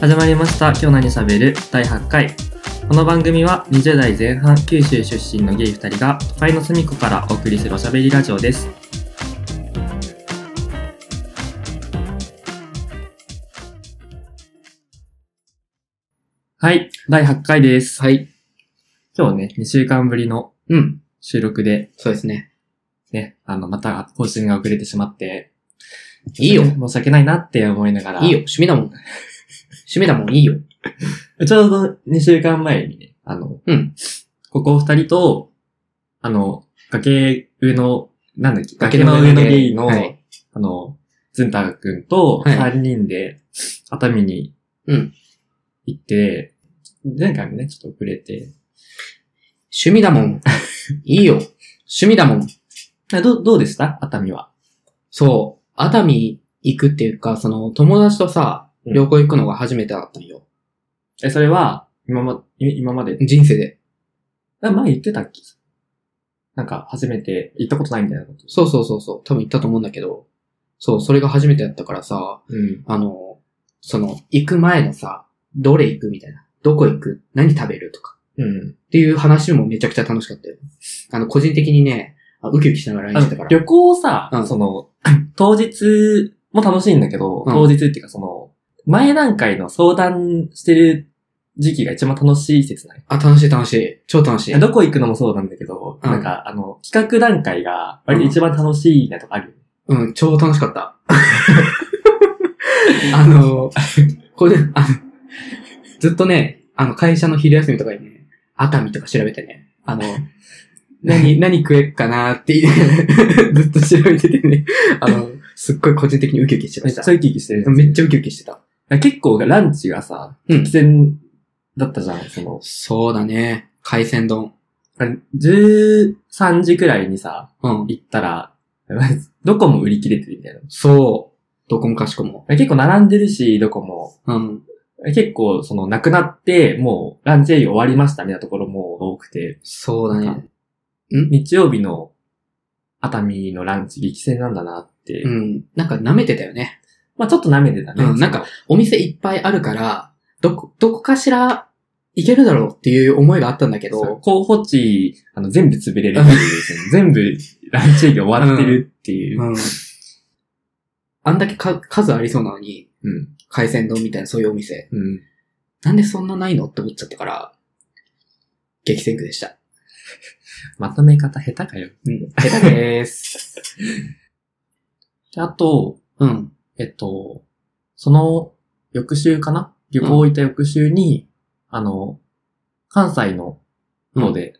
始まりました「今日何しゃべる」第8回この番組は20代前半九州出身のゲイ2人が都会の隅っこからお送りするおしゃべりラジオですはい第8回ですはい。今日ね2週間ぶりのうん。収録でそうですね。ねあのまた更新が遅れてしまっていいよ申し訳ないなって思いながらいいよ。趣味だもん。趣味だもん。いいよ。ちょうど2週間前にね、あの、うんここ二人と、あの、崖上の、なんだっけ、崖崖のの上上ののゲイの、はいあの、ズンタ君とはい3人で熱海にうん行って、前回もね、ちょっと遅れて。趣味だも ん。いいよ。趣味だもん。あどうどうでした熱海は。そう。熱海行くっていうか、その、友達とさ、うん旅行行くのが初めてだったんよ。え、それは、今ま、い今まで、人生で。あ前言ってたっけなんか、初めて行ったことないみたいなこと。そうそうそうそう。多分行ったと思うんだけど。そう、それが初めてだったからさ、うん。あの、その、行く前のさ、どれ行くみたいな。どこ行く何食べるとか。うん。っていう話もめちゃくちゃ楽しかったよ。あの、個人的にね、あウキウキしながらあ行ってたかのら。旅行をさ、うんその、 当日も楽しいんだけど、うん当日っていうかその、前段階の相談してる時期が一番楽しい説ない。あ、楽しい楽しい。超楽しい。どこ行くのもそうなんだけど、うんなんか、あの、企画段階が割と一番楽しいなとかあるよね。うん、超楽しかった。 あの、これ、あの、ずっとね、あの、会社の昼休みとかにね、熱海とか調べてね、あの、何、何食えっかなーって言い、 ずっと調べててね、あの、すっごい個人的にウキウキしてまめっしちたゃ。生き生きしてる。めっちゃウキウキしてた。ゃ。結構ランチがさ、うん激戦だったじゃん。その、そうだね。海鮮丼。あれ13時くらいにさ、うん。行ったら、 どこも売り切れてるみたいな。そう。どこもかしこも。結構並んでるし、どこも。うん。結構、その、亡くなって、もう、ランチェリー終わりましたみたいなところも多くて、そうだなんね。日曜日の熱海のランチ激戦なんだなって、うん。なんか舐めてたよね。まあちょっと舐めてたね。うんなんかお店いっぱいあるから、どこ、どこかしら行けるだろうっていう思いがあったんだけその、そうど、候補地、あの、全部潰れるっていう、その全部ランチェリー終わってるっていう。うん。あんだけか数ありそうなのに、うん。海鮮丼みたいなそういうお店、うん。なんでそんなないのって思っちゃったから、激戦区でした。まとめ方下手かよ。うん。下手です。 であと、うん。えっと、その、翌週かな旅行行った翌週に、あの、関西のので、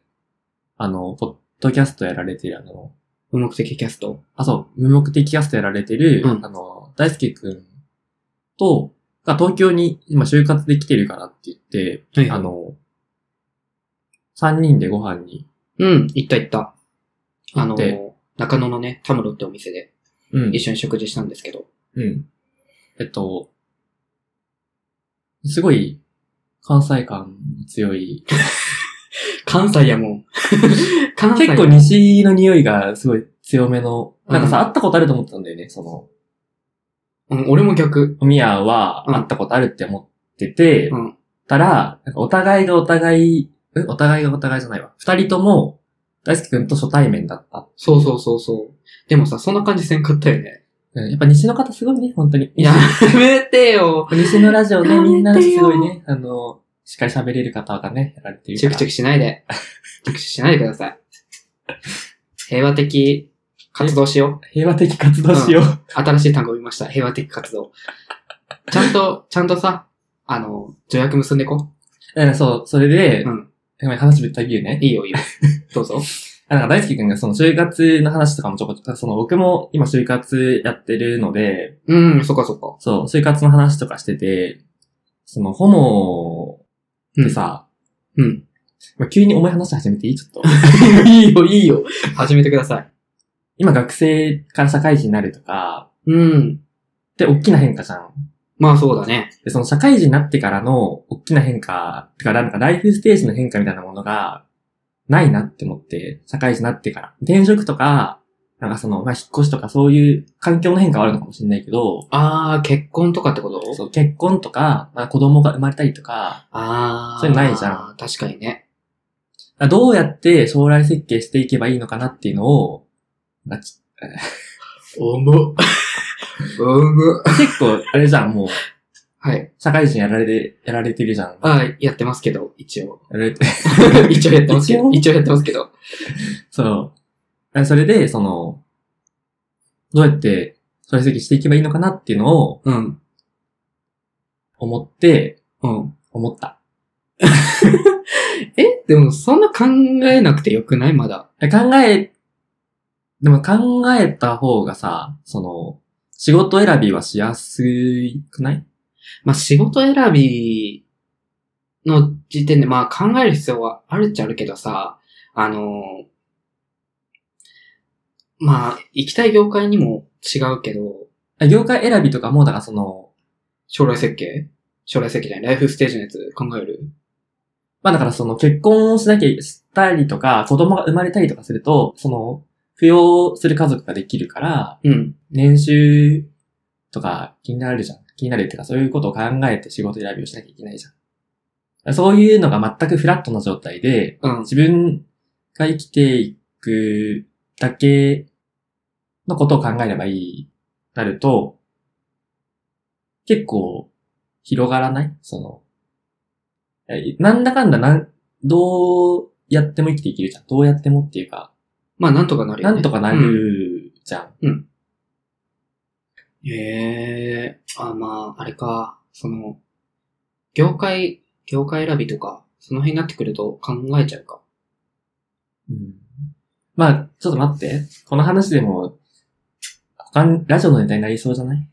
あの、ポッドキャストやられてる、あの、無目的キャスト。あ、そう、無目的キャストやられてる、うんあの、大輔くんと、が東京に今就活できてるからって言って、はいあの、三人でご飯に、うん、行った行った。あので、中野のね、タムロってお店でうん一緒に食事したんですけど、うん。えっと、すごい、関西感の強い。関西やも ん。関西結構西の匂いがすごい強めの、なんかさ、うん会ったことあると思ってたんだよね、その、うん、俺も逆。おみやはうん会ったことあるって思ってて、うんたら、なんかお互いがお互い、んお互いがお互いじゃないわ。二人とも、大輔くんと初対面だった。そうそうそうそう。でもさ、そんな感じせんかったよね。うんやっぱ西の方すごいね、本当に。やめてよ。西のラジオね、やめてよみんなすごいね、あの、しっかり喋れる方がね、やられてるかチェら。クチェクしないで。チェクチェクしないでください。平和的活動しよ平和的活動しよう。う。新しい単語見ました。平和的活動。ちゃんと、ちゃんとさ、あの、条約結んでこうんそう、それで、うんごめん話ぶった切るねう。。いいよ、いいよ。どう ぞ。あなんか大輔くんがその就活の話とかもちょこちょこ、その僕も今就活やってるので、うん、そっかそっか。そう、就活の話とかしてて、その、ホモってさ、うん。まあ、急に重い話始めていいちょ っと。いいよ、いいよ。始めてください。今学生から社会人になるとか、うん。って大きな変化じゃん。まあそうだね。で、その社会人になってからの大きな変化、てか、なんかライフステージの変化みたいなものが、ないなって思って、社会人になってから。転職とか、なんかその、まあ、引っ越しとかそういう環境の変化はあるのかもしれないけど、ああ、結婚とかってことそう結婚とか、まあ、子供が生まれたりとか、ああ。それないじゃん。確かにね。どうやって将来設計していけばいいのかなっていうのを、まあち重っ。重っ。結構、あれじゃん、もう、 はい。社会人やられて、やられてるじゃん。ああ、やってますけど、一応。 やられて、 一応やってますけ一ど。応一応やってますけど。そう。それで、その、どうやって、それしていけばいいのかなっていうのをうん。思って、うん。思った。えでも、そんな考えなくてよくないまだ。で考え、でも考えた方がさ、その、仕事選びはしやすくないまあ、仕事選びの時点で、まあ、考える必要はあるっちゃあるけどさ、あのまあ、行きたい業界にも違うけど、業界選びとかも、だからその、将来設計将来設計じゃない、ライフステージのやつ考えるまあだからその結婚をしなきゃしたりとか、子供が生まれたりとかすると、その、扶養する家族ができるから、うん。年収とか気になるじゃん。気になるっていうか、そういうことを考えて仕事選びをしなきゃいけないじゃん。そういうのが全くフラットな状態で、うん。自分が生きていくだけのことを考えればいい、なると、結構広がらないその、いやなんだかんだなん、どうやっても生きていけるじゃん。どうやってもっていうか、まあ、なんとかなるよなね。んとかなうんるじゃん。へえ、あ、まあ、あれか、その、業界、業界選びとか、その辺になってくると考えちゃうか。うんまあ、ちょっと待って。この話でも、他に、ラジオのネタになりそうじゃない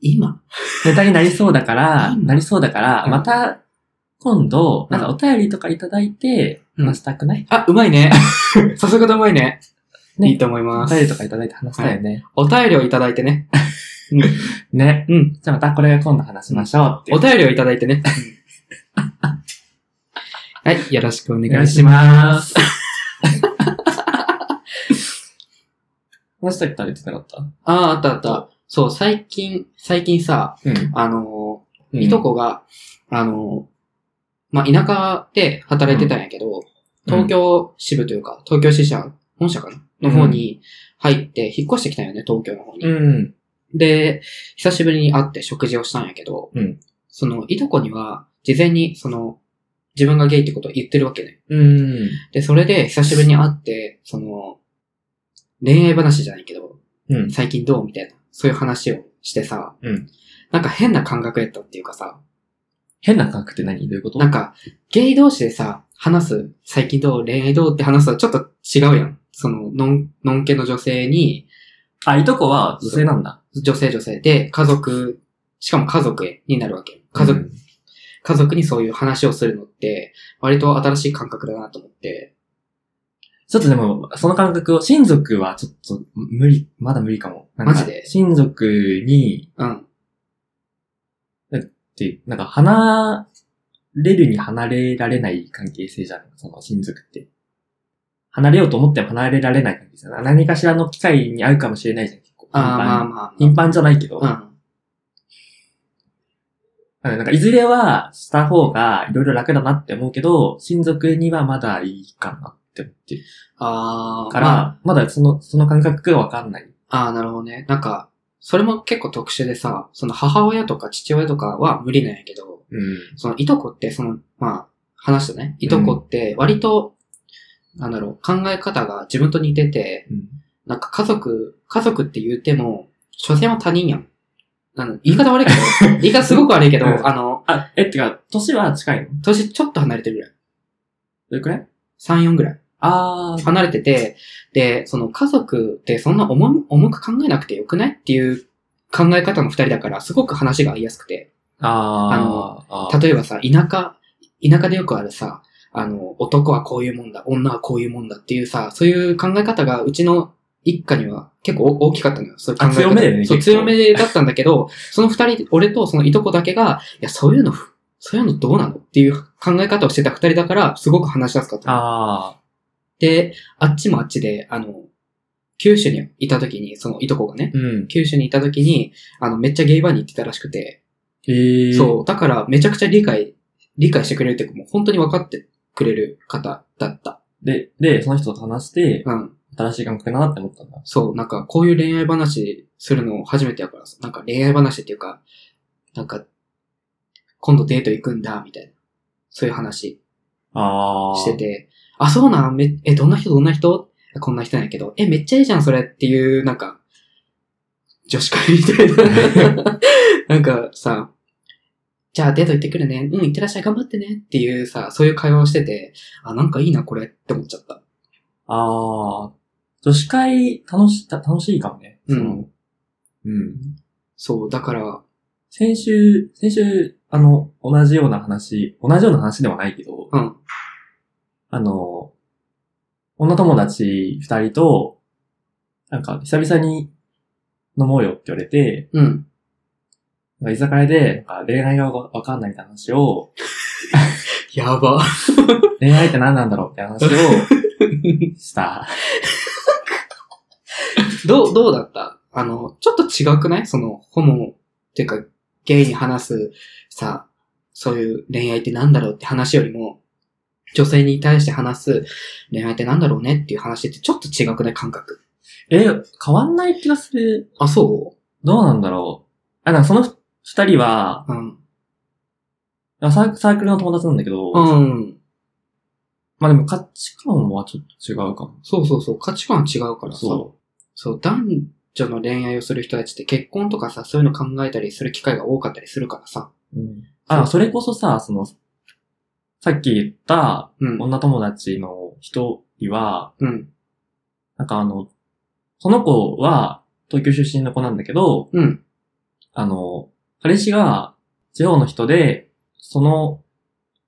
今ネタになりそうだから、うんなりそうだから、うんまた、今度、うんなんかお便りとかいただいて、うん話したくない、あ、うま いね。さすがだうまいね。ねいいと思いおます。便りとかいただいて話したいよね。お便りをいただいてね。ね。うん。じゃあまたこれ今度話しましょうっていうお便りをいただいてね。はい、よろしくおお願願いいしします。ます。 話したいことあるってなかったああ、あったあった。そう、最近、最近さ、うん。あのーうんいとこが、あの、まあ、田舎で働いてたんやけど、東京支部というか、東京支社、本社かなの方に入って、引っ越してきたんよね、東京の方に。うん。で、久しぶりに会って食事をしたんやけど、うんその、いとこには、事前に、その、自分がゲイってことを言ってるわけね。うん。で、それで、久しぶりに会って、その、恋愛話じゃないけど、うん。最近どうみたいな、そういう話をしてさ、うんなんか変な感覚やったっていうかさ、変な感覚って何どういうことなんか、ゲイ同士でさ、話す、最近どう、恋愛どうって話すとちょっと違うやん。その、のん、のんけの女性に、あ、いとこは女性なんだ。女性女性で、家族、しかも家族へになるわけ。家族、うん家族にそういう話をするのって、割と新しい感覚だなと思って。ちょっとでも、その感覚を、親族はちょっと無理、まだ無理かも。なんかマジで親族に、うん。っていう、なんか離れるに離れられない関係性じゃん。その親族って。離れようと思っても離れられない関係性。何かしらの機会に合うかもしれないじゃん、結構。あー頻繁にまあま頻繁じゃないけど。あまあ。なんか、いずれはした方がいろいろ楽だなって思うけど、親族にはまだいいかなって思ってるうん。ああ。から、まあまだその、その感覚がわかんない。ああ、なるほどね。なんか、それも結構特殊でさ、その母親とか父親とかは無理なんやけど、うん。その、いとこって、その、まあ、話したね。いとこって、割と、なんだろう、考え方が自分と似てて、うんなんか家族、家族って言うても、所詮は他人やん。なんだ言い方悪いけ ど、言い方すごく悪いけど、うんあの、あ、え、ってか、年は近いのど年ちょっと離れてるぐらい。れくらい3、4ぐらい。あー。離れてて、で、その家族ってそんな重く重く考えなくてよくないっていう考え方の二人だから、すごく話が合いやすくて。あー。あのあー、例えばさ、田舎、田舎でよくあるさ、あの、男はこういうもんだ、女はこういうもんだっていうさ、そういう考え方がうちの一家には結構大きかったのよ。それ考え方あ強めだよねそう、結構強めだったんだ けど、その二人、俺とそのいとこだけが、いや、そういうの、そういうのどうなのっていう考え方をしてた二人だから、すごく話しやすかった。あで、あっちもあっちで、あの、九州にいた時に、そのいとこがね、ー。うん。九州にいた時に、あの、めっちゃゲイバーに行ってたらしくて、へえー。そう、だからめちゃくちゃ理解、理解してくれるっていうか、もう本当に分かってくれる方だった。で、で、その人と話して、うん。新しい感覚だなって思ったんだ。そう、なんかこういう恋愛話するの初めてやからさ、なんか恋愛話っていうか、なんか、今度デート行くんだ、みたいな。そういう話ああ。して。て、あそうなんめえ、どんな人どんな人こんな人なんやけど、え、めっちゃいいじゃん、それっていう、なんか、女子会みたい な。なんかさ、じゃあデート行ってくるね。うん、行ってらっしゃい、頑張ってね。っていうさ、そういう会話をしてて、あ、なんかいいな、これって思っちゃった。ああ。女子会、楽し、た楽しいかもね。うんその。うん。そう、だから、先週、先週、あの、同じような話、同じような話ではないけど、うん、あの、女友達二人と、なんか、久々に飲もうよって言われて、うん。なんか居酒屋で、なんか恋愛がわかんないみたいな話を、やば。恋愛って何なんだろうって 話をした。どう、どうだったあの、ちょっと違くないその、ホモっていうか、ゲイに話す、さ、そういう恋愛ってなんだろうって話よりも、女性に対して話す恋愛ってなんだろうねっていう話ってちょっと違くない感覚。え、変わんない気がする。あ、そどうなんだろう。あ、なんかその二二人は、ううん。サークサークルの友達なんだけど、うん。まあでも価値観はちょっと違うかも。そうそうそう。価値観は違うからさ。そう。そ男女の恋愛をする人たちって結婚とかさ、そういうの考えたりする機会が多かったりするからさ。う。うん、あ、それこそさ、その、さっき言ったうん。女友達の一人は、うん。なんかあの、その子は東京出身の子なんだけど、うん。あの、彼氏が地方の人で、その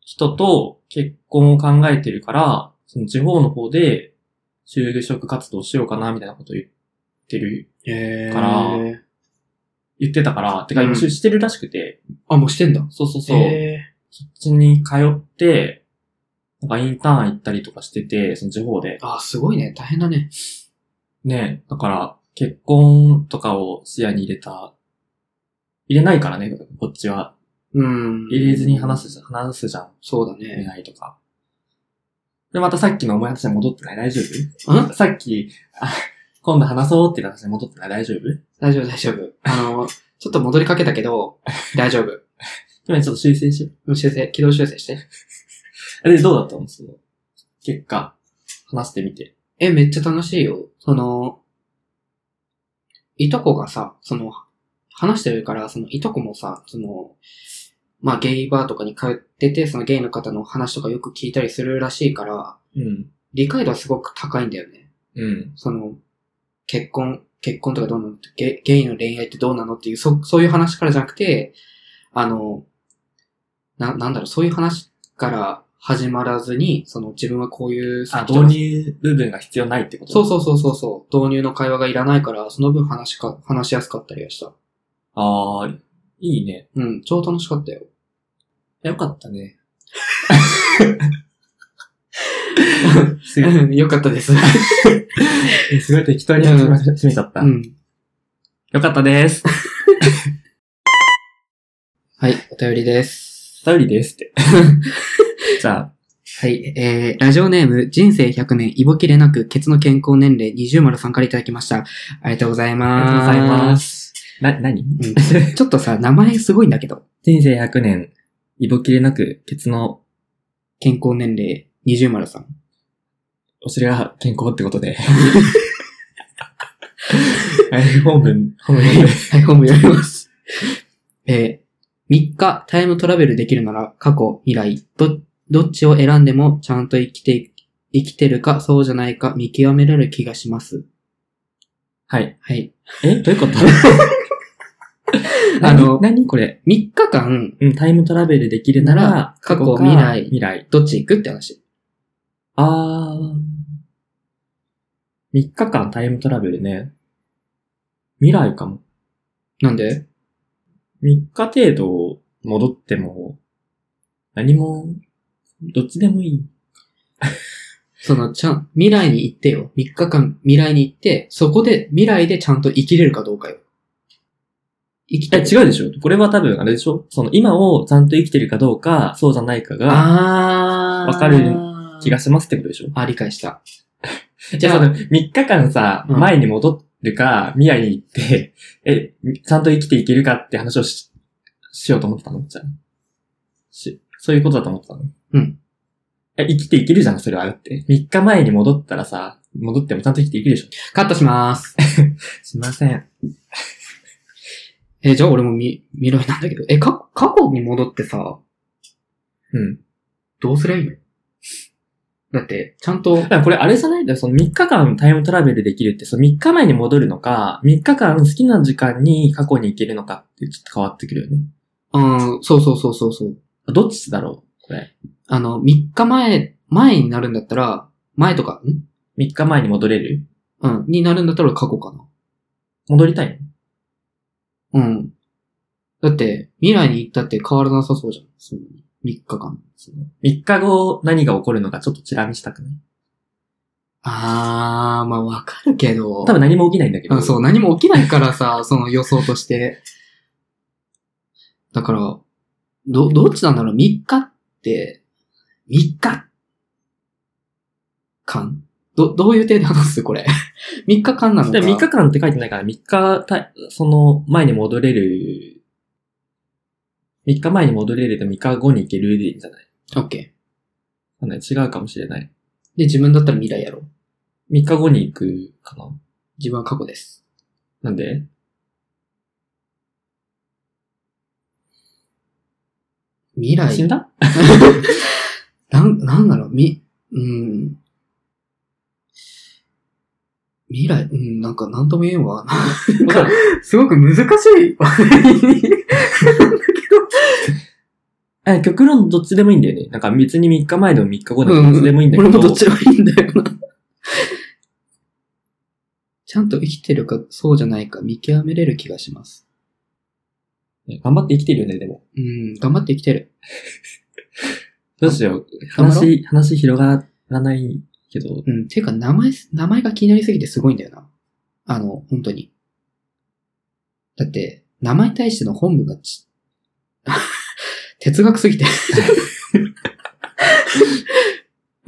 人と結婚を考えてるから、その地方の方で就職活動しようかな、みたいなこと言ってる、へーから言ってたから、てかう今んしてるらしくて、あ、もうしてんだ。そうそうそう、へそっちに通って、なんかインターン行ったりとかしてて、その地方で。ーあ、すごいね。大変だね。ねだから、結婚とかを視野に入れた、入れないからね、こっちは。うん。入れずに話すじゃん、話すじゃん、そうだ恋ね。愛とか。で、またさっきのお前の話に戻ってない大丈ん夫さっき、あ、今度話そうって言った話に戻ってない大丈夫大丈夫、大丈夫。あの、 ちょっと戻りかけたけど、大丈夫。今ちょっと修正しようん修正、軌道修正して。う。えで、どうだったのその、結果、話してみて。え、めっちゃ楽しいよ。その、いとこがさ、その、話してるから、その、いとこもさ、その、まあ、ゲイバーとかに通ってて、そのゲイの方の話とかよく聞いたりするらしいから、うん。理解度はすごく高いんだよね。うん。その、結婚、結婚とかどうなのってゲゲイの恋愛ってどうなのっていう、そ、そういう話からじゃなくて、あの、な、なんだろう、そういう話から始まらずに、その自分はこういう、あ、導入部分が必要ないってことそうそうそうそうそう、導入の会話がいらないから、その分話しか、話しやすかったりはした。ああ、いいね。うん、超楽し かったよ。よかったね。 すごい、よかっ たです。すごい適当に始 め締めちゃった。うん。よかったです。はい、お便りです。頼りですって。 じゃあ、はい、えー、ラジオネーム、人生100年、イボキれなく、ケツの健康年齢20丸さんからいただきました。ありがとうございます。ありがとうございま。す。な、何うん ちょっとさ、名前すごいんだけど。人生100年、イボ切れなく、ケツの健康年齢、二重丸さん。お尻が健康ってことで。はい、本文、本文で。 はい、本部読みます。えー、3日タイムトラベルできるなら、過去、未来、ど、どっちを選んでも、ちゃんと生きて、生きてるか、そうじゃないか、見極められる気がします。はい。はい。えどういうことあ あのの、何これ3日間、うん、タイムトラベルできるなならら、過去か未来未来。どっち行くって話。あー。 3日間タイムトラベルね。未来かも。なんで3日程度戻っても、何も、どっちでもいい。その、ちゃん、未来に行ってよ。3日間未来に行って、そこで未来でちゃんと生きれるかどうかよ。生きえ、て違うでしょこれは多分あれでしょその今をちゃんと生きてるかどうか、そうじゃないかがあー。わかる気がしますってことでしょあ、理解した。じじゃゃあそあ、の3日間さ、うん前に戻るか、未来に行って、 え、ちゃんと生きていけるかって話をし、しようと思ってたのじゃあ。し、そういうことだと思ってたのうん。え、生きていけるじゃん、それは。だって。3日前に戻ったらさ、戻ってもちゃんと生きていけるでしょ。カットします。すいません。え、じゃあ俺もみ、未来なんだけど。え、か、過去に戻ってさ、うん。どうすりゃいいのだって、ちゃ んとだ、からこれあれじゃないだからその3日間タイムトラベルできるって、その3日前に戻るのか、3日間好きな時間に過去に行けるのかってちょっと変わってくるよね。うん、そうそうそうそうそう。どっちだろうこれ。あの、3日前、前になるんだったら、前とか、ん3日前に戻れるうん、になるんだったら俺過去か戻りたいのな。うん。だって、未来に行ったって変わらなさそうじゃん。その3日間。その3日後何が起こるのかちょっとチラ見したくないあー、まあわかるけど。多分何も起きないんだけうど。ん、そう、何も起きないからさ、 その予想として。だから、ど、どっちなんだろう ?3 日って、3日間ど、どういう手で話すこれ。3日 間なのか。でも3日間って書いてないから、3日た、その前に戻れる、3日前に戻れると3日後に行けるでいいんじゃないオッケわかんない違うかもしれない。ー。で、自分だったら未来やろう。 3日後に行くかな自分は過去です。なんで未来。死んだ なん、なんだろう、み、うん。未来、うん、なんか何とも言えんわ。わ かんないすごく難し い話題に。え、極論どっちでもいいんだよね。なんか別に3日前でも3日後でうもどっちでもいいんだけど。俺もどっちでもいいんだよな。ちゃんと生きてるか、そうじゃないか見極めれる気がします。ね頑張って生きてるよね、でも。うん、頑張って生きてる。どうしよう。頑張ろう話、話広がらないけど。うん、ていうか名前、名前が気になりすぎてすごいんだよな。あの、本当に。だって、名前に対しての本文がち、 哲学すぎて。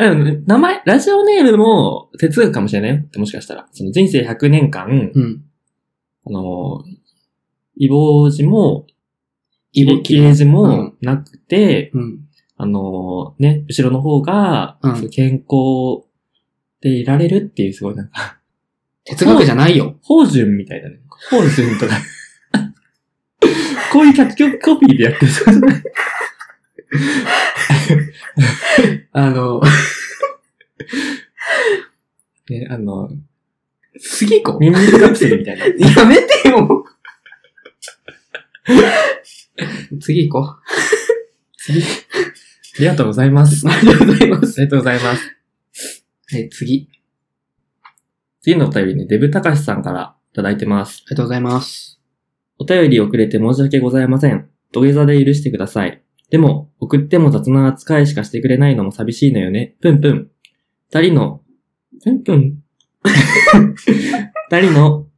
あでもね名前、ラジオネームも哲学かもしれないよ。もしかしたら。その人生100年間、うん。あのー、異母字も、イボ綺キ。麗字うもんなくて、うん。あのー、ね、後ろの方が、うんその健康でいられるっていうすごいなんか、哲学じゃないよ。法順みたいだね。法順とか。こういうキャッチコピーでやってるそうじゃない。あの、ね、あの、次行こう。ミンミンカプセルみたいな。やめてよ次行こう。次。ありがとうございます。あ ありがとうございます。りがとうございます。はい、次。次のお便りね、デブたかしさんからいただいてます。ありがとうございます。お便り遅れて申し訳ございません。土下座で許してください。でも、送っても雑な扱いしかしてくれないのも寂しいのよね。ぷんぷん。二人の、ぷんぷん。 二人の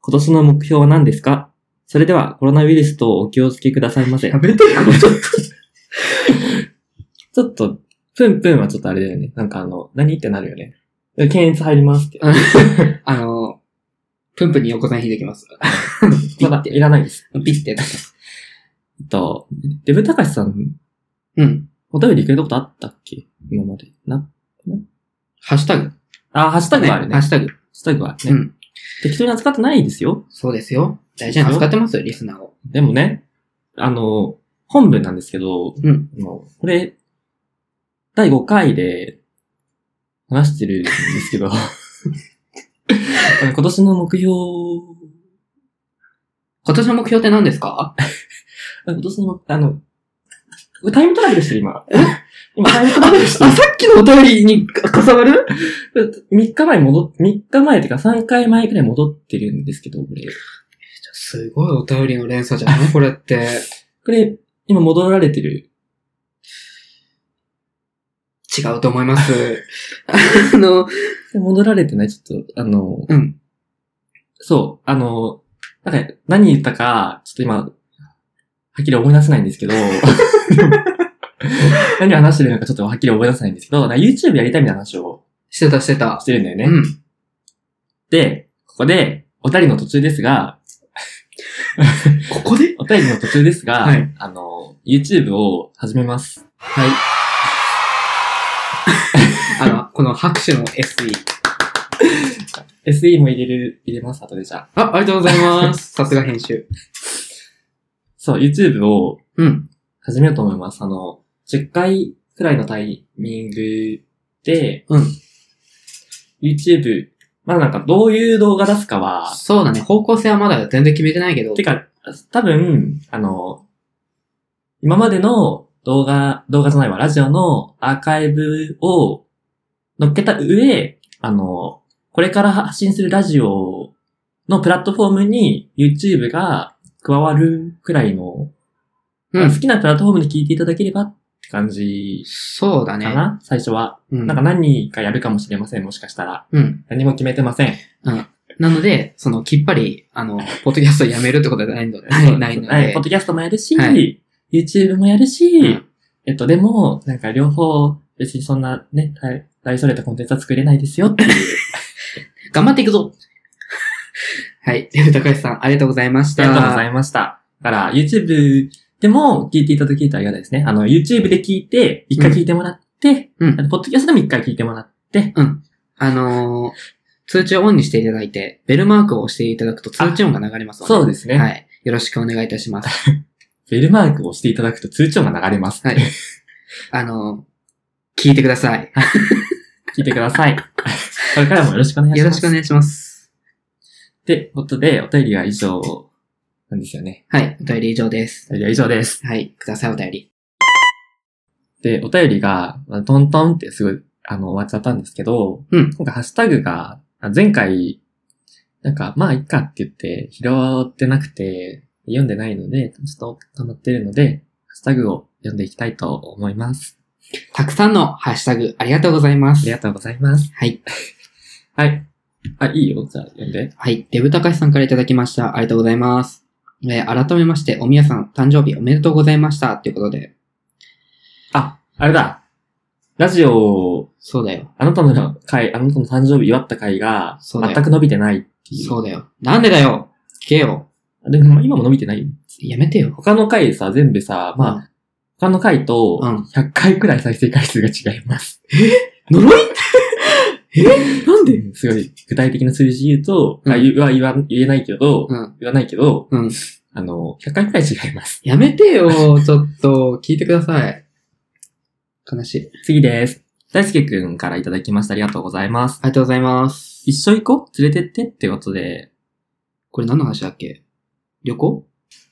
今年の目標は何ですかそれでは、コロナウイルスとお気をつけくださいませ。めてよ、ちょっちょっと、ぷんぷんはちょっとあれだよね。なんかあの、何ってなるよね。検閲入りますって。と。 あの、プンプンに横綱引いてきます。まだいらないです。ピッて。えっと、デブたかしさんうん。お便りくれたことあったっけ今まで。な。ハッシュタグ。あ、ハッシュタグはあるね。ハッハシュタグ。ッシュタグはね、うん。適当に扱ってないですよ。そうですよ。大事なの使ってますよ、リスナーを。でもね、あの、本文なんですけど、うん。あのこれ、第5回で話してるんですけど、あ の今年の目標、今年の目標って何ですかあ今年の、あの、タイムトラベルしてる今。 今早くなあ、っあてる さっきのお便りにかかさばる3日前に戻っ、3日前っていうか3回前くらい戻ってるんですけど、これ。すごいお便りの連鎖じゃ ないこれって。これ、今戻られてる。違うと思います。 あの、戻られてないちょっと、あの、うん。そう、あの、なんか何言ったか、ちょっと今、はっきり思い出せないんですけ ど、何を話してるのかちょっとはっきり思い出せないんですけど、なんか YouTube やりたいみたいな話をしてたしてたし。てるんだよね。うん。で、ここで、お便りの途中ですが、ここでお便りの途中ですが、はいあの、YouTube を始めます。はい。 あの、この拍手の SE。 SE も入れる、入れます、後でじゃあ。あ、ありがとうございます。 さすが編集。そう、YouTube をうん。始めようと思います。あの、10回くらいのタイミングで、うん YouTube、まあなんかどういう動画出すかは、そうだね。方向性はまだ全然決めてないけど。てか、多分、あの、今までの動画、動画じゃないわ、ラジオのアーカイブを乗っけた上、あの、これから発信するラジオのプラットフォームに YouTube が加わるくらいの、うまあん好。きなプラットフォームで聞いていただければって感じそうだかね。な、最初は。うんなんか何かやるかもしれません、もしかしたら。うん。何も決めてません。なので、その、きっぱり、あの、ポッドキャストをやめるってことは ないので、 ないないのはいでポッ。ドキャストもやるし、は YouTube もやるし、うんえっと、でも、なんか両方、別にそんなね、大大それたコンテンツは作れないですよって いう。頑張っていくぞはい。高橋さん、ありがとうございましあた。りがとうございました。だから、YouTube でも聞いていただけたら嫌ですね。あの、YouTube で聞いて、一回聞いてもらって、うんあ。のポッドキャストでも一回聞いてもらって、あのー通知をオンにしていただいて、ベルマークを押していただくと通知音が流れますので。そうですね。はい。よろしくお願いいたします。ベルマークを押していただくと通知音が流れます。 はい。あのー聞いてください。聞いてください。これからもよろしくお願いしよろましす。くお願いします。ってことで、お便りは以上なんですよね。はい。お便り以上です。お便りは以上です。はい。ください、お便り。で、お便りが、まあトントンってすごい、あの、終わっちゃったんですけど、うん今回ハッシュタグが、あ前回、なんか、まあ、いっかって言って、拾ってなくて、読んでないので、ちょっと溜まってるので、ハッシュタグを読んでいきたいと思います。たくさんのハッシュタグ、ありがとうございまありす。がとうございます。はい。はい。あ、いいよ。じゃあ、読んで。はい。デブたかしさんからいただきました。ありがとうございます。えー改めまして、おみやさん、誕生日おめでとうございました。ということで。あ、あれだ。ラジオ、そうだよ。あなたの回、あなたの誕生日祝った回が、そうだよ全く伸びてないっていう。そうだよ。なんでだよ聞けよ。でも、今も伸びてないよやめてよ。他の回さ、全部さ、まあ、他の回とうん、 100回くらい再生回数が違います。呪いえなんですごい、具体的な数字言うと、うんあ言うは言わん言えないけど、うん。言わないけど、うん。あの、100回くらい違います。やめてよ、ちょっと、聞いてください。悲しい。次です。大輔くんからいただきました。ありがとうございます。ありがとうございます。一緒行こう連れてってってことで、これ何の話だっけ旅行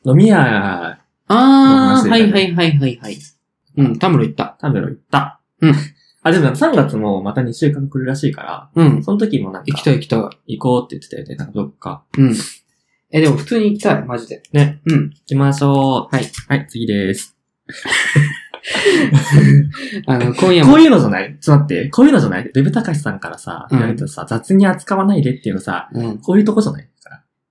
飲み屋、あー、の話だはよねいはいはいはいはい。うん、タムロ行った。タムロ行った。うん。あ、でもなんか3月もまた2週間来るらしいから、うん。その時もなんか行き、たい行きた行こうって言ってたよね。なんかどっか。い。うん。え、でも普通に行きたい、マジで。ね。うん。行きましょう。はい。はい、次です。あの、今夜こも。ういうのじゃないちょっと待って、こういうのじゃないデブたかしさんからさ、うん言われたさ、雑に扱わないでっていうのさ、うん。こういうとこじゃない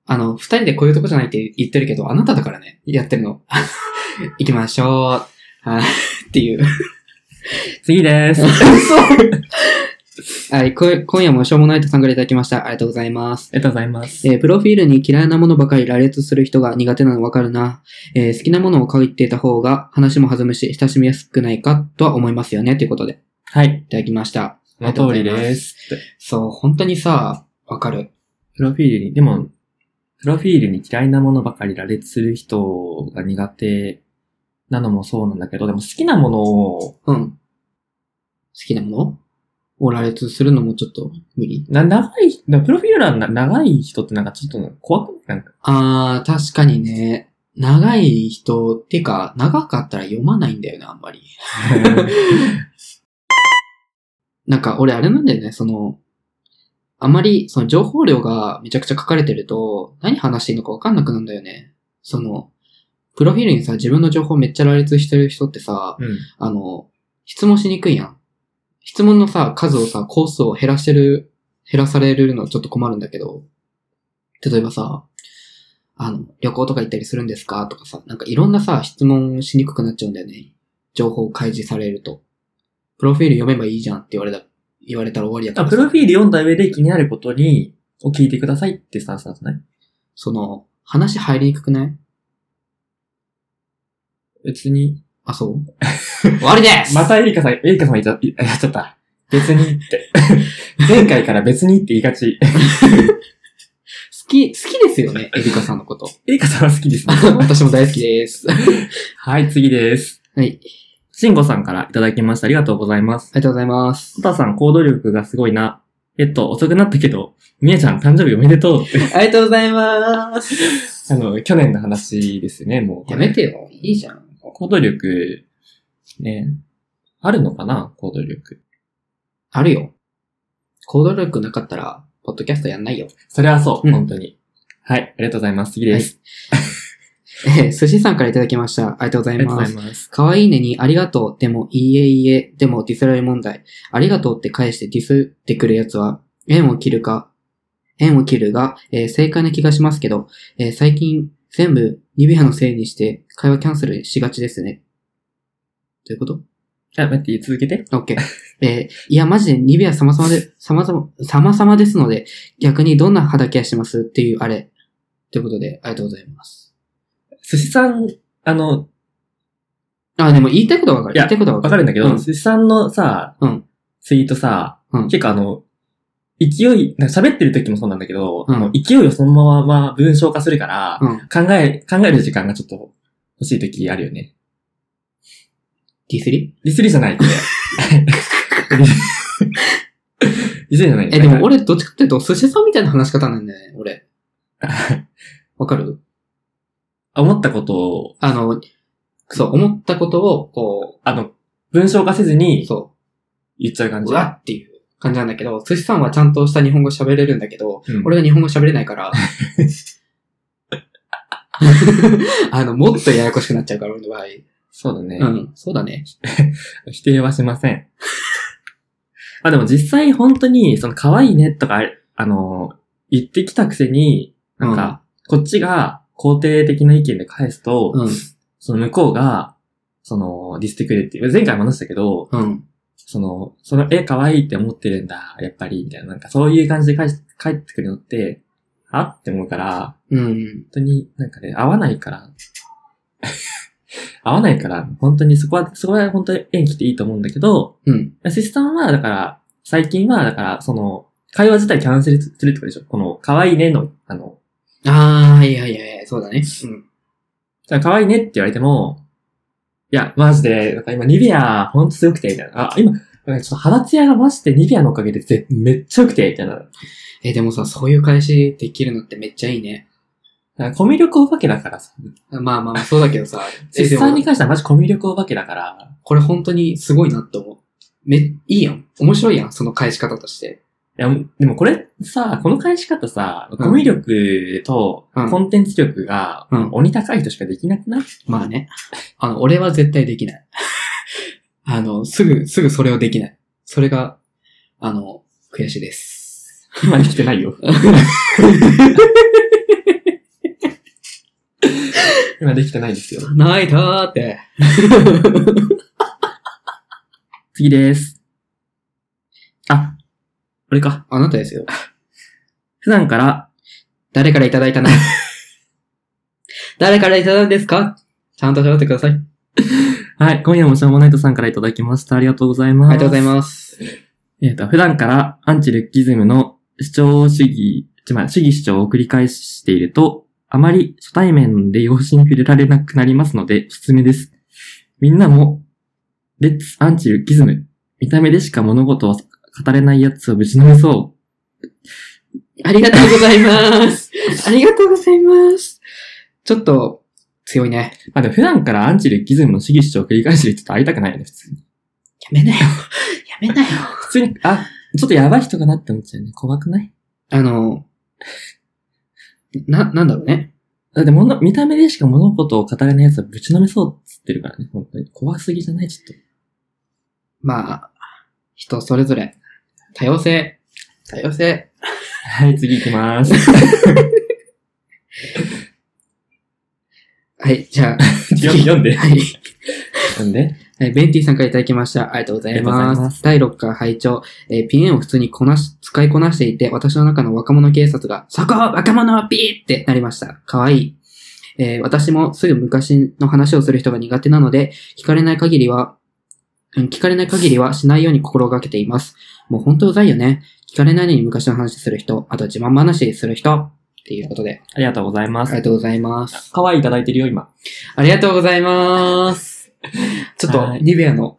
あの、二人でこういうとこじゃないって言ってるけど、あなただからね、やってるの。 行きましょう。はい。っていう。次です。はい、こ今夜もしょうもないと参加いただきました。ありがとうございます。ありがとうございます。えープロフィールに嫌いなものばかり羅列する人が苦手なのわかるな。えー好きなものを限っていた方が話も弾むし、親しみやすくないかとは思いますよね。ということで、はい。いただきました。その通りです。ってそう、本当にさ、わかる。プロフィールに、でも、プロフィールに嫌いなものばかり羅列する人が苦手なのもそうなんだけど、でも好きなものを、うん。好きなものを羅列するのもちょっと無理。な、長い、 でもプロフィール欄な長い人ってなんかちょっと怖くないなんか、あー、確かにね。長い人、てか、長かったら読まないんだよね、あんまり。なんか、俺あれなんだよね、その、あまり、その情報量がめちゃくちゃ書かれてると、何話していいのかわかんなくなるんだよね。その、プロフィールにさ、自分の情報めっちゃ羅列してる人ってさ、うん。あの、質問しにくいやん。質問のさ、数をさ、コースを減らしてる、減らされるのちょっと困るんだけど、例えばさ、あの、旅行とか行ったりするんですかとかさ、なんかいろんなさ、質問しにくくなっちゃうんだよね。情報開示されると。プロフィール読めばいいじゃんって言われた、言われたら終わりやかあらプさロフィール読んだ上で気になることに、を聞いてくださいってスタンスなんですね。その、話入りにくくない別に。あ、そう終わりですまたエリカさん、エリカさん言っちゃいやっちゃった。別にって。 前回から別にって言いがち。 好き、好きですよね、エリカさん のこと。エリカさんは好き ですね。私も大好きです。はい、次です。はい。シンゴさんからいただきました。ありがとうございます。ありがとうございます。トタさん、行動力がすごいな。えっと、遅くなったけど、みやちゃん誕生日おめでとうって。ありがとうございま す。あの、去年の話ですね、もう。やめてよ。いいじゃん。行動力、ね。あるのかな行動力。あるよ。行動力なかったら、ポッドキャストやんないよ。それはそう、うん本当に。はい、ありがとうございます。次です。えー、寿司さんからいただきました。ありがとうござあいりがとうまございす。ます。可愛いねにありがとう、でもいいえいいえ、でもディスられる問題。ありがとうって返してディスってくるやつは、縁を切るか、縁を切るが、えー正解な気がしますけど、えー最近全部ニベアのせいにして会話キャンセルしがちですね。どういうことあ、待って、続けて。オッケー。えーいや、マジでニベア様々で、様々、様々ですので、逆にどんな肌ケアしてますっていうあれ。ということで、ありがとうございます。寿司さん、あの、あ、でも言いたいことはわかる。いや言いたいことはわかるんだけど、うん寿司さんのさ、うんツイートさ、うん結構あの、勢い、なんか喋ってる時もそうなんだけど、うんあの勢いをそのまま文章化するから、うん。考え、考える時間がちょっと欲しい時あるよね。ディスリディスリじゃ ない、これ。ディスリじゃない。え、でも俺、どっちかっていうと、寿司さんみたいな話し方なんだよね、俺。わかるあ思ったことを、あの、そう、思ったことを、こあの、文章化せずう、にそ言っちゃう感う、じう。わっていう感じなんだけど、寿司さんはちゃんとした日本語喋れるんだけど、うん俺が日本語喋れない から、 あの、もっとややこしくなっちゃうから、俺の場合。そうだね、うん、そうだね。否定はしません。 まあでも実際本当に、その可愛いねとか、あの、言ってきたくせに、なんか、こっちが肯定的な意見で返すと、うん、その向こうが、その、ディスってくれっていう、前回も話したけど、うん、その、その、え、可愛いって思ってるんだ、やっぱり、みたいな、なんかそういう感じで返し返ってくるのって、あって思うから、うん。本当になんかね、合わないから、合わないから、本当にそこは、そこは本当に縁切っていいと思うんだけど、うん。シスさんは、だから、最近は、だから、その、会話自体キャンセルするってことでしょこの、可愛いねの、あの、あー、いやいやいや、そうだね。うん。じゃあ可愛いねって言われても、いや、マジで、なんか今、ニビア、ほんと強くて、みたいな。あ、今、なんかちょっと肌ツヤがマジでニビアのおかげでぜめっちゃ良くて、みたいな。え、でもさ、そういう返しできるのってめっちゃいいね。なんかコミュ力お化けだからさ。まあまあまあ、そうだけど さ、えで実も際に関してはマジコミュ力お化けだから。これ本当にすごいなって思う。め、いいやん。面白いやん、その返し方として。いや、でもこれさ、この返し方さ、んコミュ力とうんコンテンツ力がうん。鬼高い人しかできなく ない、まあ ね。あの、俺は絶対できない。 あの、すぐ、すぐそれをできない。それが、あの、悔しいです。今できてない よ。今できてないですよ。泣いたーって。次です。あ、俺か。あなたですよ。普段から、誰からいただい たの誰からいただいたんですかちゃんと喋ってください。はい、今夜もしょうもないとさんからいただきました。ありがとうございあます。りがとうございます。えっ、と、普段からアンチルッキズムの主張主義、つまり主義主張を繰り返していると、あまり初対面で容姿に触れられなくなりますので、おすすめです。みんなも、レッツアンチルッキズム。見た目でしか物事を語れないやつをぶちのめそありがとうございます。ありがとうございます。ちょっと、強いね。まあでも普段からアンチレッキズムの主義主張を繰り返してる人と会いたくないよね、普通に。やめなよ。 やめなよ。普通に、あ、ちょっとやばい人かなって思っちゃうね。怖くないあの、な、なんだろうね。だってもの、見た目でしか物事を語れない奴はぶちのめそうっつってるからね、本当に。怖すぎじゃないちょっと。まあ、人それぞれ。多様性。多様性。はい、次行き ます。はい、じ ゃあ、読んで、読んで。はい。読んで。はい、ベンティさんからいただきました。ありがとうございありがとうごます。ざいま第6回拝聴、えーピエンを普通にこなし、使いこなしていて、私の中の若者警察が、そこ若者はピーってなりました。かわいい。えー私もすぐ昔の話をする人が苦手なので、聞かれない限りは、うん聞かれない限りはしないように心がけています。もう本当うざいよね。聞かれないのに昔の話する人、あと自慢話する人、っていうことで、ありがとうございまありす。がとうございます。可愛いいただいてるよ、今。ありがとうございます。ちょっとは、いニベアの、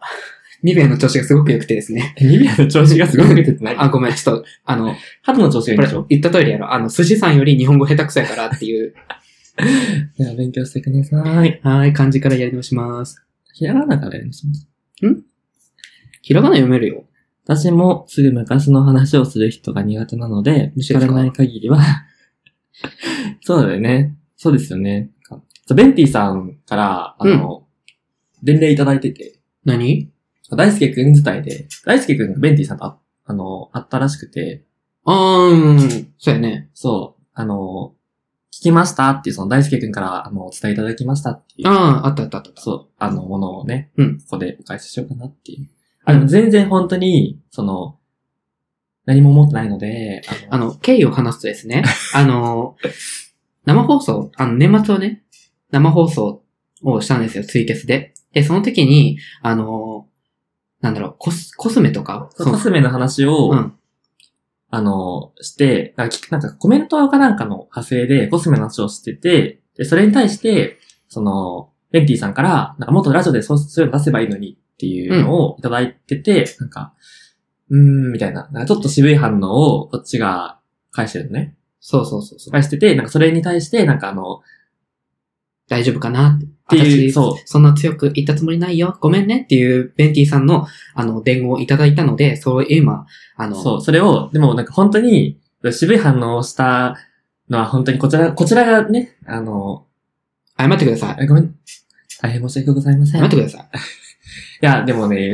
ニベアの調子がすごく良くてです ね。ニベアの調子がすごく出ててない。あ、ごめん、ちょっと、あの、肌の調子がいいこんれでしょ言った通りやろ。あの、寿司さんより日本語下手くそやからっていう、いや、勉強してください。 はい、感じからやり直します。ひらがなからやりましょうひらがな読めるよ。私もすぐ昔の話をする人が苦手なので、無視聞でかすかれない限りは。そうだよね。そうですよね。そうベンティさんから、あの、伝令いただいてて、何大輔くん自体で、大輔くんがベンティさんとあ、あの、会ったらしくて、あーん、そうやね。そう、あの、聞きましたっていう、その大輔くんから、あの、お伝えいただきましたっていう、あー、あったあったあった。そう、あの、ものをね、うんここでお返ししようかなっていう。あ、でも全然本当に、その、何も思ってないので、あの、経緯を話すとです ね、あの、生放送、あの、年末をね、生放送をしたんですよ、ツイキャスで。で、その時に、あの、なんだろう、コス、コスメとか、そうコスメの話を、うんあの、して、なんか聞くなんかコメントかなんかの派生でコスメの話をしてて、で、それに対して、その、ベンティさんから、なんかもっとラジオでそうそういうの出せばいいのにっていうのをいただいてて、なんか、うーん、みたいな、なんかちょっと渋い反応をこっちが返してるのね。そうそうそうそう。返してて、なんかそれに対して、なんかあの、っ大丈夫かなって。ていう、私、そう、そんな強く言ったつもりないよ。ごめんねっていう、ベンティさんの、あの、伝言をいただいたので、そう、今、あの、そう、それを、でもなんか本当に渋い反応をしたのは本当にこちら、こちらがね、あの、謝ってください。あごめん、大変申し訳ございません。謝っていください。や、でもね、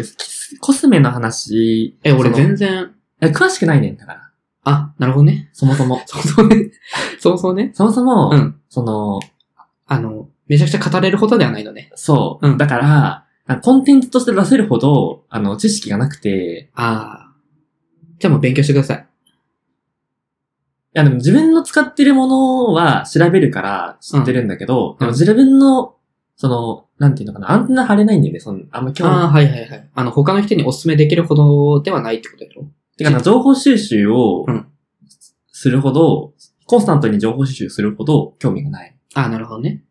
コスメの話、え、そ俺の全然、え詳しくないねんだから、あ、なるほどね。 そもそも。そうそうね。そうそうね。 そもそも、うん。その、あの、めちゃくちゃ語れることではないのね。そう、うんだから、あコンテンツとして出せるほど、あの、知識がなくて、ああ。じゃあもう勉強してください。いやでも自分の使ってるものは調べるから知ってるんだけど、んでも自分の、その、なんていうのかな、アンテナ張れないんだよね、その、あんま興味ああ、はいはいはい。あの、他の人にお勧めできるほどではないってことだろてかな、情報収集をうんするほど、コンスタントに情報収集するほど興味がない。ああ、なるほどね。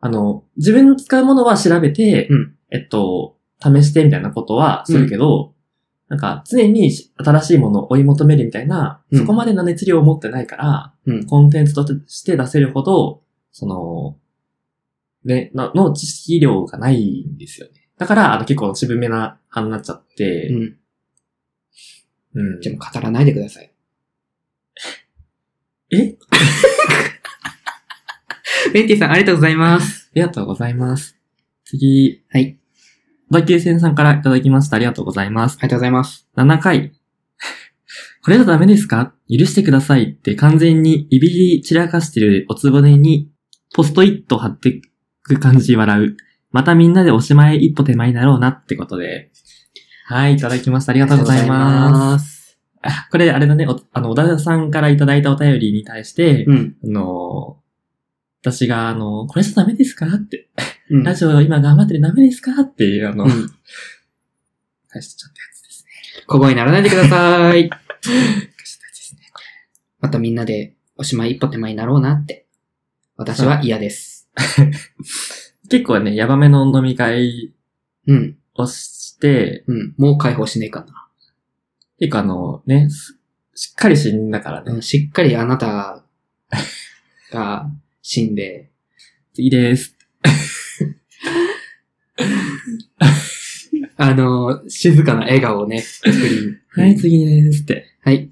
あの、自分の使うものは調べて、うんえっと、試してみたいなことはするけど、なんか常にし新しいものを追い求めるみたいな、うんそこまでの熱量を持ってないから、うんコンテンツとして出せるほど、その、ね、のの知識量がないんですよね。だから、あの結構渋めな派になっちゃって、うん。うんじゃあもう語らないでください。えベンティさん、ありがとうございます。ありがとうございます。次。はい。小田急線さんからいただきました。ありがとうございます。ありがとうございます。 7回。 これじゃダメですか許してくださいって完全にいびり散らかしてるおつぼねにポストイット貼ってく感じ笑う。またみんなでおしまい一歩手前だろうなってことで。はい、いただきました。ありあがとうございます。す。あこれ、あれだね、おあの、小田さんからいただいたお便りに対して、うん。あの、私が、あの、これじゃダメですかってうんラジオ今頑張ってるダメですかっていう、あの、うん返しちゃったやつですね。小声にならないでくださ返しい。ちゃったやつですね。またみんなでおしまい一歩手前になろうなって。私は嫌です。結構ね、ヤバめの飲み会うん。をして、うん。もう解放しねえかな。結構あの、ね、すしっかり死んだからうね。ん、しっかりあなたが死んで、次です。あの、静かな笑顔をね、作り。はい、次ですって。はい。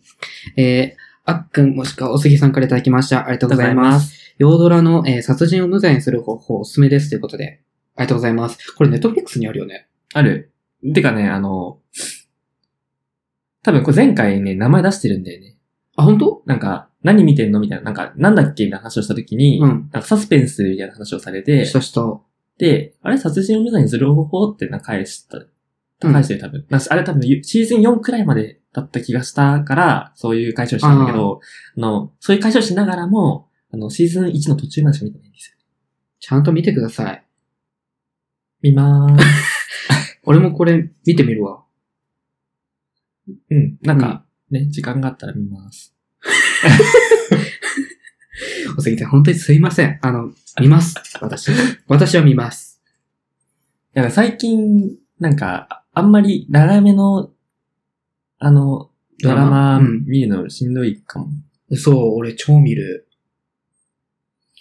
えー、あっくんもしくはおすぎさんからいただきました。ありがとうございます。す。ヨードラの、えー殺人を無罪にする方法おすすめですということで。ありがとうございます。これネットフリックスにあるよね。ある。てかね、あの、多分これ前回ね、名前出してるんだよね。あ、本当？なんか、何見てんのみたいな、なんか、なんだっけみたいな話をしたときに、うん。なんかサスペンスみたいな話をされてし、たした。で、あれ殺人を無罪にする方法ってな、返した。うん返してる多分。なんかあれ多分シーズン4くらいまでだった気がしたから、そういう解消したんだけど、あの、そういう解消しながらも、あの、シーズン1の途中までしか見てないんですよ。ちゃんと見てください。見まー す。俺もこれ見てみるわ。うん。なんか、ね、時間があったら見ます。おすぎさん、本当にすいません。あの、見ます。私。私は見ます。いや、最近、なんか、ああんまり長めの、あの、ドラマうん見るのしんどいかも。そう、俺超見る。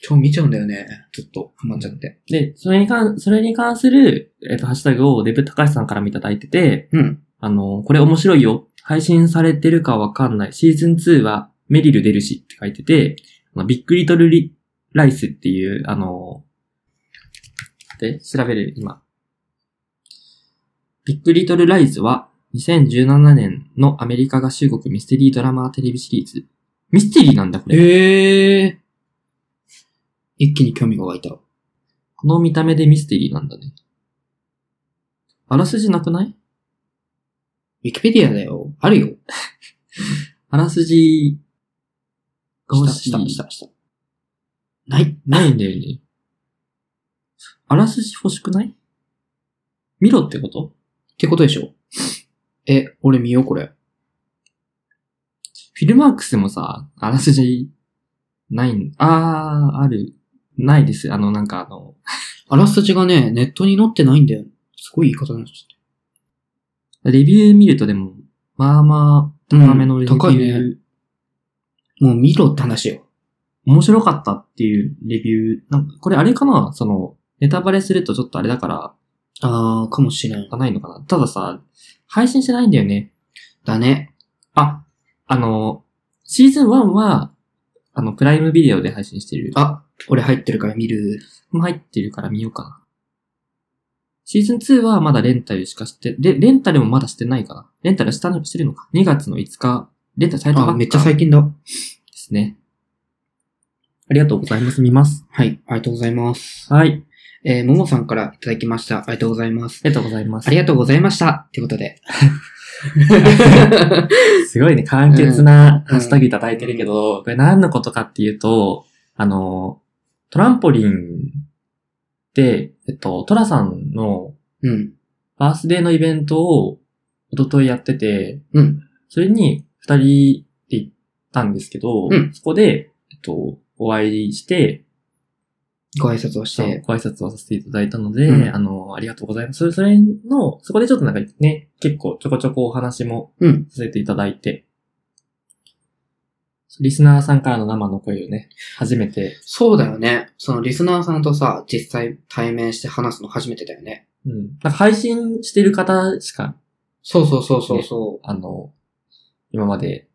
超見ちゃうんだよね。ずっと、ハマっちゃって。で、それに関、それに関する、えっ、と、ハッシュタグをデブ高橋さんからもいただいてて、うん。あの、これ面白いよ。配信されてるかわかんない。シーズン2はメリル出るしって書いてて、あのビッグリトルリライスっていう、あの、で、調べる、今。ビッグリトルライズは2017年のアメリカ合衆国ミステリードラマテレビシリーズ。ミステリーなんだ、これ。ええー。一気に興味が湧いた。この見た目でミステリーなんだね。あらすじなくないウィキペディアだよ。あるよ。あらすじが欲しい、下。ない。ないんだよね。あらすじ欲しくない見ろってことってことでしょえ、俺見よう、これ。フィルマークスもさ、あらすじ、ないん、あー、ある、ないです。あの、なんかあの、あらすじがね、ネットに載ってないんだよ。すごい言い方なんですレビュー見るとでも、まあまあ、高めのレビュー、うん高いねもう見ろって話よ。面白かったっていうレビュー、なんか、これあれかなその、ネタバレするとちょっとあれだから、あー、かもしれん。がないのかな。たださ、配信してないんだよね。だね。あ、あの、シーズン1は、あの、プライムビデオで配信してる。あ、俺入ってるから見る。も入ってるから見ようかな。シーズン2はまだレンタルしかして、レレンタルもまだしてないかな。レンタルしたのしてるのか。2月の5日、レンタルされたばっあ、かめっちゃ最近だ。ですね。ありがとうございます。見ます。はい、ありがとうございます。はい。ありえー、ももさんからいただきました。ありがとうございます。がとうございます。ありがとうございました。ってこと で。すごいね、簡潔なハッシュタグいただいてるけど、これ何のことかっていうと、あの、トランポリンで、えっと、トラさんのうん。バースデーのイベントを一昨日やってて、うん。それに二人で行ったんですけど、うんそこで、えっと、お会いして、ご挨拶をしそのて。ご挨拶をさせていただいたので、うんあの、ありがとうございます。それ、それの、そこでちょっとなんかね、結構ちょこちょこお話もうん。させていただいて、リスナーさんからの生の声をね、初めて、そうだよね。そのリスナーさんとさ、実際対面して話すの初めてだよね。うん。なんか配信してる方しか、そうそうそうそうそう。あの、今まで、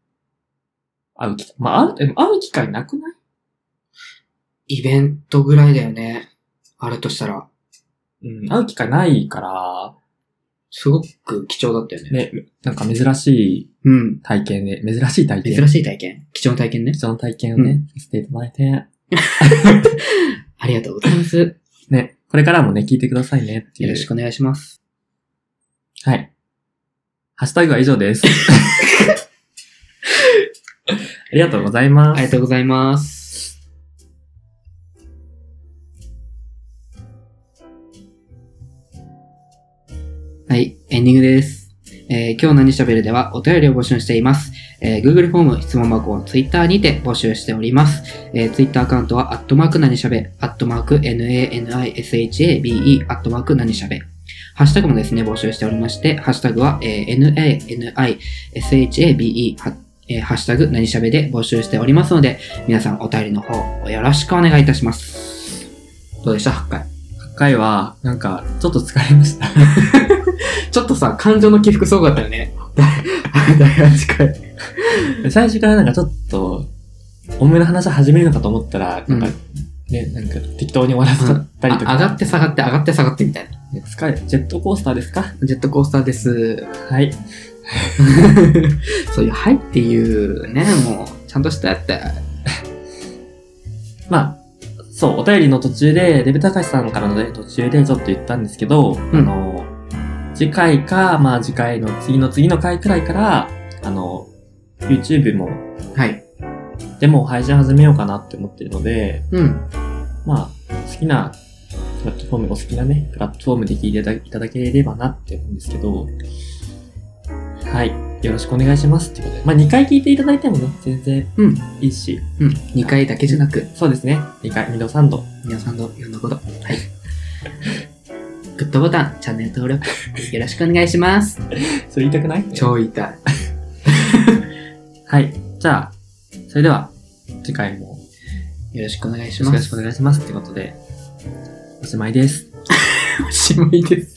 会う機会、まあ、会う、でも会う機会なくないイベントぐらいだよね。あるとしたら、うん、会う機会ないから、すごく貴重だったよね。ね、なんか珍しいうん。体験で、珍しい体験。珍しい体験。貴重な体験ね。その体験をね、うんさせていただいて、ありがとうございます。よね、これからもね、聞いてくださいねっていう。ろしくお願いします。はい。ハッシュタグは以上です。 ありがとうございます。ありがとうございます。はい、エンディングです。えー今日何喋るではお便りを募集しています。えー Google フォーム、質問箱を Twitter にて募集しております。えー Twitter アカウントは、アットマーク何喋、アットマーク NANISHABE、アットマーク何喋。ハッシュタグもですね、募集しておりまして、ハッシュタグは、えー NANISHABE、はえーハッシュタグ何喋で募集しておりますので、皆さんお便りの方、よろしくお願いいたします。どうでした ?8 回。回は、なんか、ちょっと疲れま した。ちょっとさ、感情の起伏すごかったよね。第第8回。最初からなんかちょっと、重めの話始めるのかと思ったら、なんか、うんね、なんか適当に終わらせちゃったりあと上か。がって下がって上がって下がってみたいな。疲れ、ジェットコースターですかジェットコースターです。はい。 そういう、はいっていうね、もう、ちゃんとしたやって。まあ、そう、お便りの途中で、デブ高橋さんからのね、途中でちょっと言ったんですけど、んあの、次回か、まあ次回の次の次の回くらいから、あの、YouTube も、はい。でも配信始めようかなって思ってるので、うん。まあ、好きな、プラットフォーム、お好きなね、プラットフォームで聞いていたいただければなって思うんですけど、はい。よろしくお願いしますってことで。まあ、2回聞いていただいてもね、全然うん。いいし、うん。2回だけじゃなく、そうですね。2回、2度3度。 皆さんのいろんなこと。はい。グッドボタン、チャンネル登録、よろしくお願いします。それ言いたくない超痛い。はい。じゃあ、それでは、次回もよろしくお願いしよまろす。しくお願いしますってことで、おしまいです。おしまいです。